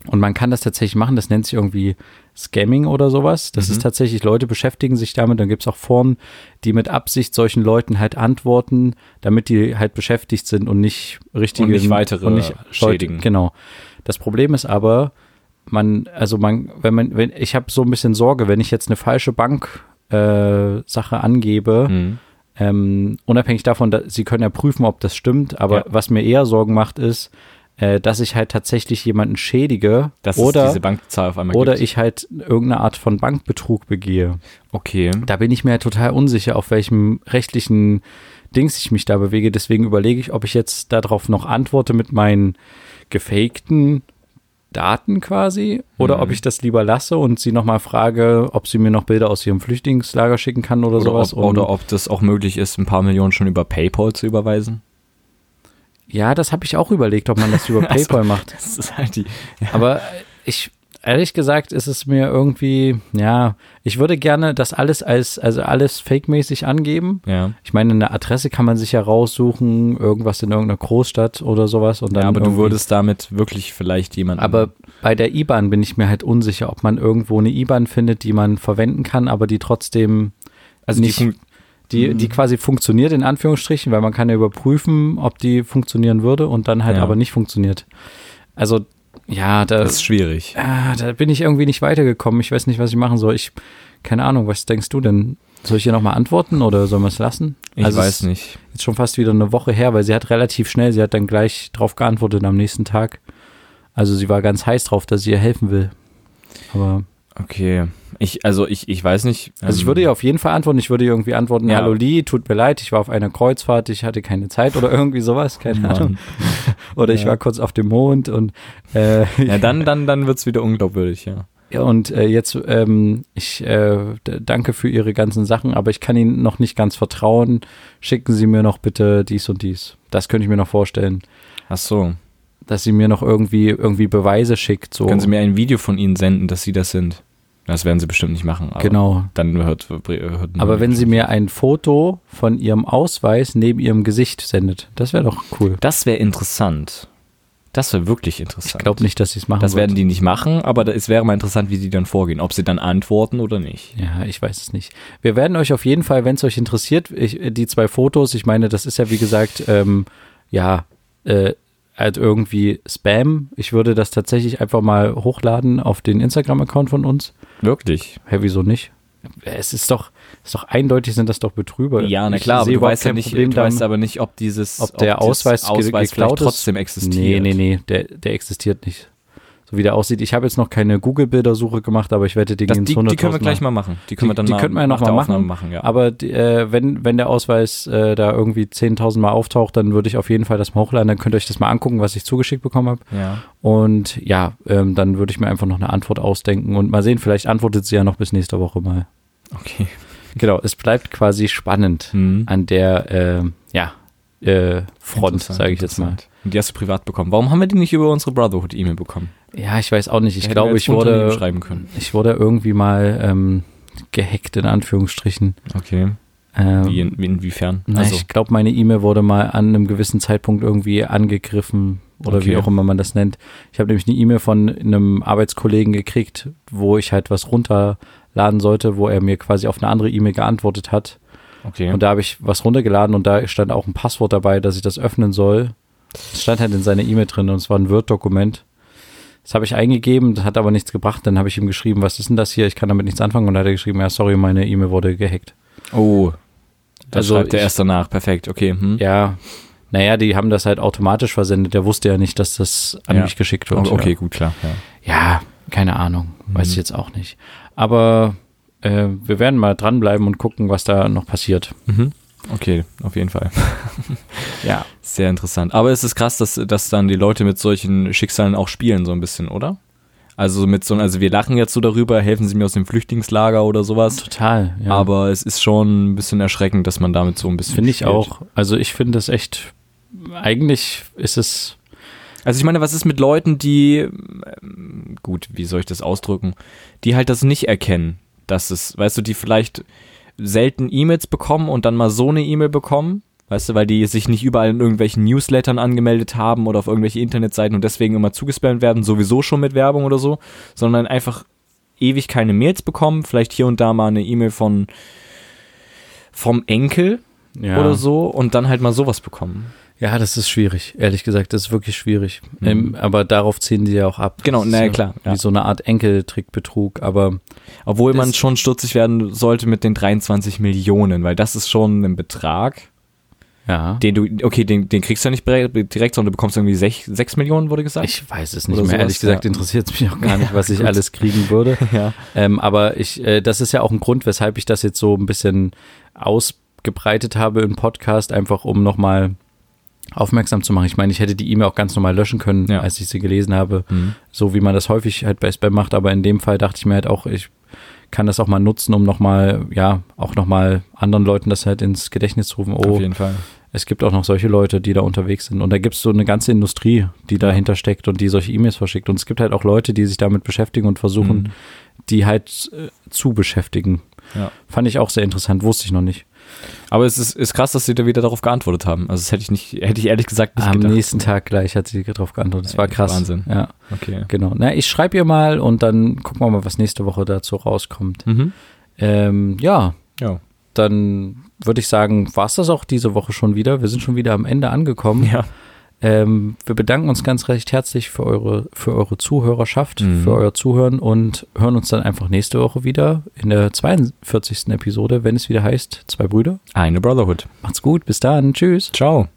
Speaker 1: Und man kann das tatsächlich machen, das nennt sich irgendwie Scamming oder sowas. Das
Speaker 2: Mhm.
Speaker 1: ist tatsächlich, Leute beschäftigen sich damit, dann gibt es auch Foren, die mit Absicht solchen Leuten halt antworten, damit die halt beschäftigt sind und nicht richtige
Speaker 2: Und nicht weitere schädigen.
Speaker 1: Leute, genau. Das Problem ist aber, man, also man, wenn man, wenn, ich habe so ein bisschen Sorge, wenn ich jetzt eine falsche Bank äh, Sache angebe,
Speaker 2: Mhm.
Speaker 1: ähm, unabhängig davon, da, sie können ja prüfen, ob das stimmt, aber
Speaker 2: Ja.
Speaker 1: was mir eher Sorgen macht, ist, äh, dass ich halt tatsächlich jemanden schädige
Speaker 2: Dass es
Speaker 1: oder,
Speaker 2: diese Bankzahl auf einmal
Speaker 1: oder
Speaker 2: gibt.
Speaker 1: ich halt irgendeine Art von Bankbetrug begehe.
Speaker 2: Okay.
Speaker 1: Da bin ich mir halt total unsicher, auf welchem rechtlichen Dings ich mich da bewege. Deswegen überlege ich, ob ich jetzt darauf noch antworte mit meinen gefakten Daten quasi oder
Speaker 2: Mhm.
Speaker 1: ob ich das lieber lasse und sie nochmal frage, ob sie mir noch Bilder aus ihrem Flüchtlingslager schicken kann oder,
Speaker 2: Oder
Speaker 1: sowas.
Speaker 2: ob,
Speaker 1: um-
Speaker 2: oder ob das auch möglich ist, ein paar Millionen schon über PayPal zu überweisen.
Speaker 1: Ja, das habe ich auch überlegt, ob man das über
Speaker 2: Also-
Speaker 1: PayPal macht.
Speaker 2: Das ist halt die.
Speaker 1: Aber äh, ich, ehrlich gesagt, ist es mir irgendwie, ja, ich würde gerne das alles als, also alles fake-mäßig angeben.
Speaker 2: Ja.
Speaker 1: Ich meine, eine Adresse kann man sich ja raussuchen, irgendwas in irgendeiner Großstadt oder sowas. Und dann
Speaker 2: ja aber du
Speaker 1: irgendwie-
Speaker 2: würdest damit wirklich vielleicht jemanden.
Speaker 1: Aber bei der IBAN bin ich mir halt unsicher, ob man irgendwo eine IBAN findet, die man verwenden kann, aber die trotzdem
Speaker 2: also
Speaker 1: nicht-
Speaker 2: die fun- Mhm.
Speaker 1: die, die quasi funktioniert in Anführungsstrichen, weil man kann ja überprüfen, ob die funktionieren würde und dann halt
Speaker 2: Ja.
Speaker 1: aber nicht funktioniert. Also ja, da,
Speaker 2: das ist schwierig.
Speaker 1: ah, da bin ich irgendwie nicht weitergekommen. Ich weiß nicht, was ich machen soll. Ich keine Ahnung, was denkst du denn? Soll ich hier nochmal antworten oder sollen wir es lassen?
Speaker 2: Ich
Speaker 1: also es
Speaker 2: weiß nicht.
Speaker 1: Ist jetzt schon fast wieder eine Woche her, weil sie hat relativ schnell, sie hat dann gleich drauf geantwortet am nächsten Tag. Also sie war ganz heiß drauf, dass sie ihr helfen will. Aber
Speaker 2: Okay. Ich, also ich, ich weiß nicht.
Speaker 1: Also ich
Speaker 2: ähm,
Speaker 1: würde ja auf jeden Fall antworten. Ich würde ihr irgendwie antworten,
Speaker 2: Ja.
Speaker 1: hallo Lee, tut mir leid, ich war auf einer Kreuzfahrt, ich hatte keine Zeit oder irgendwie sowas,
Speaker 2: ähm,
Speaker 1: keine Ahnung. Oder ich
Speaker 2: Ja.
Speaker 1: war kurz auf dem Mond und, äh,
Speaker 2: Ja, dann, dann, dann wird's wieder unglaubwürdig, ja.
Speaker 1: ja, und äh, jetzt, ähm, ich äh, d- danke für Ihre ganzen Sachen, aber ich kann Ihnen noch nicht ganz vertrauen. Schicken Sie mir noch bitte dies und dies. Das könnte ich mir noch vorstellen,
Speaker 2: Ach so.
Speaker 1: dass sie mir noch irgendwie, irgendwie Beweise schickt. So.
Speaker 2: Können Sie mir ein Video von Ihnen senden, dass Sie das sind? Das werden Sie bestimmt nicht machen. Aber
Speaker 1: genau.
Speaker 2: Dann hört. hört
Speaker 1: Aber wenn sie mir ein Foto von ihrem Ausweis neben ihrem Gesicht sendet, das wäre doch cool.
Speaker 2: Das wäre interessant. Das wäre wirklich interessant.
Speaker 1: Ich glaube nicht, dass sie es machen
Speaker 2: Das
Speaker 1: wird.
Speaker 2: werden die nicht machen, aber da- es wäre mal interessant, wie die dann vorgehen. Ob sie dann antworten oder nicht.
Speaker 1: Ja, ich weiß es nicht. Wir werden euch auf jeden Fall, wenn es euch interessiert, ich, die zwei Fotos, ich meine, das ist ja wie gesagt, ähm, ja, äh, halt irgendwie Spam. Ich würde das tatsächlich einfach mal hochladen auf den Instagram-Account von uns.
Speaker 2: Wirklich?
Speaker 1: Hä, wieso nicht? Es ist doch, ist doch eindeutig, sind das doch Betrüger.
Speaker 2: Ja, na
Speaker 1: Äh, Ich
Speaker 2: klar, aber
Speaker 1: sehe
Speaker 2: du
Speaker 1: überhaupt
Speaker 2: weißt ja
Speaker 1: kein
Speaker 2: nicht,
Speaker 1: Problem
Speaker 2: du weißt
Speaker 1: damit.
Speaker 2: aber nicht, ob dieses
Speaker 1: ob der
Speaker 2: dieses
Speaker 1: Ausweis, ge-
Speaker 2: Ausweis vielleicht
Speaker 1: geklaut ist.
Speaker 2: trotzdem existiert.
Speaker 1: Nee, nee, nee, der, der existiert nicht. So wie der aussieht. Ich habe jetzt noch keine Google-Bildersuche gemacht, aber ich wette, die
Speaker 2: Das,
Speaker 1: gehen
Speaker 2: die,
Speaker 1: zu 100.000
Speaker 2: die können wir gleich mal machen. Die können wir dann
Speaker 1: die
Speaker 2: mal
Speaker 1: könnten wir ja
Speaker 2: nach
Speaker 1: nochmal
Speaker 2: der
Speaker 1: machen.
Speaker 2: Aufnahme machen ja.
Speaker 1: Aber die, äh, wenn, wenn der Ausweis äh, da irgendwie 10.000 Mal auftaucht, dann würde ich auf jeden Fall das mal hochladen. Dann könnt ihr euch das mal angucken, was ich zugeschickt bekommen habe.
Speaker 2: ja.
Speaker 1: Und ja, ähm, dann würde ich mir einfach noch eine Antwort ausdenken und mal sehen, vielleicht antwortet sie ja noch bis nächste Woche mal.
Speaker 2: Okay.
Speaker 1: Genau, es bleibt quasi spannend
Speaker 2: Hm.
Speaker 1: an der äh, ja, äh, Front,
Speaker 2: Interessant,
Speaker 1: sage ich jetzt mal.
Speaker 2: interessant. Und die hast du privat bekommen. Warum haben wir die nicht über unsere Brotherhood-E-Mail bekommen?
Speaker 1: Ja, ich weiß auch nicht. Ich
Speaker 2: Hätten wir
Speaker 1: glaube,
Speaker 2: als
Speaker 1: ich wurde,
Speaker 2: Unternehmen schreiben können.
Speaker 1: ich wurde irgendwie mal ähm, gehackt, in Anführungsstrichen.
Speaker 2: Okay.
Speaker 1: Ähm,
Speaker 2: Wie in, Also. wie inwiefern?
Speaker 1: Na, ich glaube, meine E-Mail wurde mal an einem gewissen Zeitpunkt irgendwie angegriffen oder
Speaker 2: Okay.
Speaker 1: wie auch immer man das nennt. Ich habe nämlich eine E-Mail von einem Arbeitskollegen gekriegt, wo ich halt was runterladen sollte, wo er mir quasi auf eine andere E-Mail geantwortet hat.
Speaker 2: okay.
Speaker 1: Und da habe ich was runtergeladen und da stand auch ein Passwort dabei, dass ich das öffnen soll. Es stand halt in seiner E-Mail drin und es war ein Word-Dokument. Das habe ich eingegeben, das hat aber nichts gebracht. Dann habe ich ihm geschrieben, was ist denn das hier? Ich kann damit nichts anfangen. Und dann hat er geschrieben, ja, sorry, meine E-Mail wurde gehackt.
Speaker 2: oh. Das
Speaker 1: Also
Speaker 2: schreibt er
Speaker 1: ich-
Speaker 2: erst danach. Perfekt. Okay. Hm.
Speaker 1: Ja, naja, die haben das halt automatisch versendet. Der wusste ja nicht, dass das an
Speaker 2: Ja.
Speaker 1: mich geschickt
Speaker 2: Oh,
Speaker 1: wird.
Speaker 2: okay, Mhm. gut, klar. Ja.
Speaker 1: Ja, keine Ahnung. Weiß ich jetzt auch nicht. Aber äh, wir werden mal dranbleiben und gucken, was da noch passiert.
Speaker 2: Okay, auf jeden Fall.
Speaker 3: Ja.
Speaker 2: Sehr interessant. Aber es ist krass, dass, dass dann die Leute mit solchen Schicksalen auch spielen, so ein bisschen, oder? Also mit so also wir lachen jetzt so darüber, helfen sie mir aus dem Flüchtlingslager oder sowas.
Speaker 1: Total. Ja.
Speaker 2: Aber es ist schon ein bisschen erschreckend, dass man damit so ein bisschen.
Speaker 1: Finde ich
Speaker 2: spielt.
Speaker 1: auch. Also ich finde das echt, eigentlich ist es,
Speaker 2: Also ich meine, was ist mit Leuten, die, ähm, gut, wie soll ich das ausdrücken, die halt das nicht erkennen, dass es, weißt du, die vielleicht selten E-Mails bekommen und dann mal so eine E-Mail bekommen, weißt du, weil die sich nicht überall in irgendwelchen Newslettern angemeldet haben oder auf irgendwelche Internetseiten und deswegen immer zugespammt werden, sowieso schon mit Werbung oder so, sondern einfach ewig keine Mails bekommen, vielleicht hier und da mal eine E-Mail von vom Enkel
Speaker 1: ja.
Speaker 2: oder so und dann halt mal sowas bekommen.
Speaker 1: Ja, das ist schwierig, ehrlich gesagt, das ist wirklich schwierig. Ähm, aber darauf ziehen die ja auch ab.
Speaker 2: Genau,
Speaker 1: Das ist
Speaker 2: na ja, klar, ja.
Speaker 1: Wie so eine Art Enkeltrickbetrug, aber
Speaker 2: Obwohl man
Speaker 1: Das-
Speaker 2: schon stutzig werden sollte mit den 23 Millionen, weil das ist schon ein Betrag,
Speaker 1: ja.
Speaker 2: den du, okay, den, den kriegst du ja nicht bre- direkt, sondern du bekommst irgendwie 6, sechs Millionen, wurde gesagt.
Speaker 1: Ich weiß es nicht
Speaker 2: Oder
Speaker 1: mehr.
Speaker 2: sowas,
Speaker 1: Ehrlich gesagt
Speaker 2: ja.
Speaker 1: interessiert es mich auch gar nicht, was ich
Speaker 2: gut.
Speaker 1: alles kriegen würde.
Speaker 2: Ja.
Speaker 1: Ähm, aber ich, äh, das ist ja auch ein Grund, weshalb ich das jetzt so ein bisschen ausgebreitet habe im Podcast, einfach um nochmal aufmerksam zu machen. Ich meine, ich hätte die E-Mail auch ganz normal löschen können,
Speaker 2: Ja.
Speaker 1: als ich sie gelesen habe,
Speaker 2: Mhm.
Speaker 1: so wie man das häufig halt bei Spam macht. Aber in dem Fall dachte ich mir halt auch, ich kann das auch mal nutzen, um nochmal, ja, auch nochmal anderen Leuten das halt ins Gedächtnis zu rufen.
Speaker 2: Auf
Speaker 1: Oh,
Speaker 2: jeden Fall.
Speaker 1: es gibt auch noch solche Leute, die da unterwegs sind. Und da gibt es so eine ganze Industrie, die dahinter steckt und die solche E-Mails verschickt. Und es gibt halt auch Leute, die sich damit beschäftigen und versuchen,
Speaker 2: Mhm.
Speaker 1: die halt äh, zu beschäftigen.
Speaker 2: Ja.
Speaker 1: Fand ich auch sehr interessant, wusste ich noch nicht.
Speaker 2: Aber es ist, ist krass, dass sie da wieder darauf geantwortet haben. Also das hätte ich nicht, hätte ich ehrlich gesagt nicht
Speaker 1: Am
Speaker 2: gedacht.
Speaker 1: nächsten Tag gleich hat sie darauf geantwortet. Das war
Speaker 2: Ey,
Speaker 1: krass.
Speaker 2: Wahnsinn.
Speaker 1: Ja,
Speaker 2: Okay.
Speaker 1: genau. Na, ich schreibe ihr mal und dann gucken wir mal, was nächste Woche dazu rauskommt.
Speaker 2: Mhm.
Speaker 1: Ähm, ja,
Speaker 2: Ja.
Speaker 1: dann würde ich sagen, war es das auch diese Woche schon wieder. Wir sind schon wieder am Ende angekommen.
Speaker 2: Ja.
Speaker 1: Ähm, wir bedanken uns ganz recht herzlich für eure, für eure Zuhörerschaft,
Speaker 2: Mhm.
Speaker 1: für euer Zuhören und hören uns dann einfach nächste Woche wieder in der 42. Episode, wenn es wieder heißt, zwei Brüder.
Speaker 2: Eine Brotherhood.
Speaker 1: Macht's gut, bis dann, tschüss.
Speaker 2: Ciao.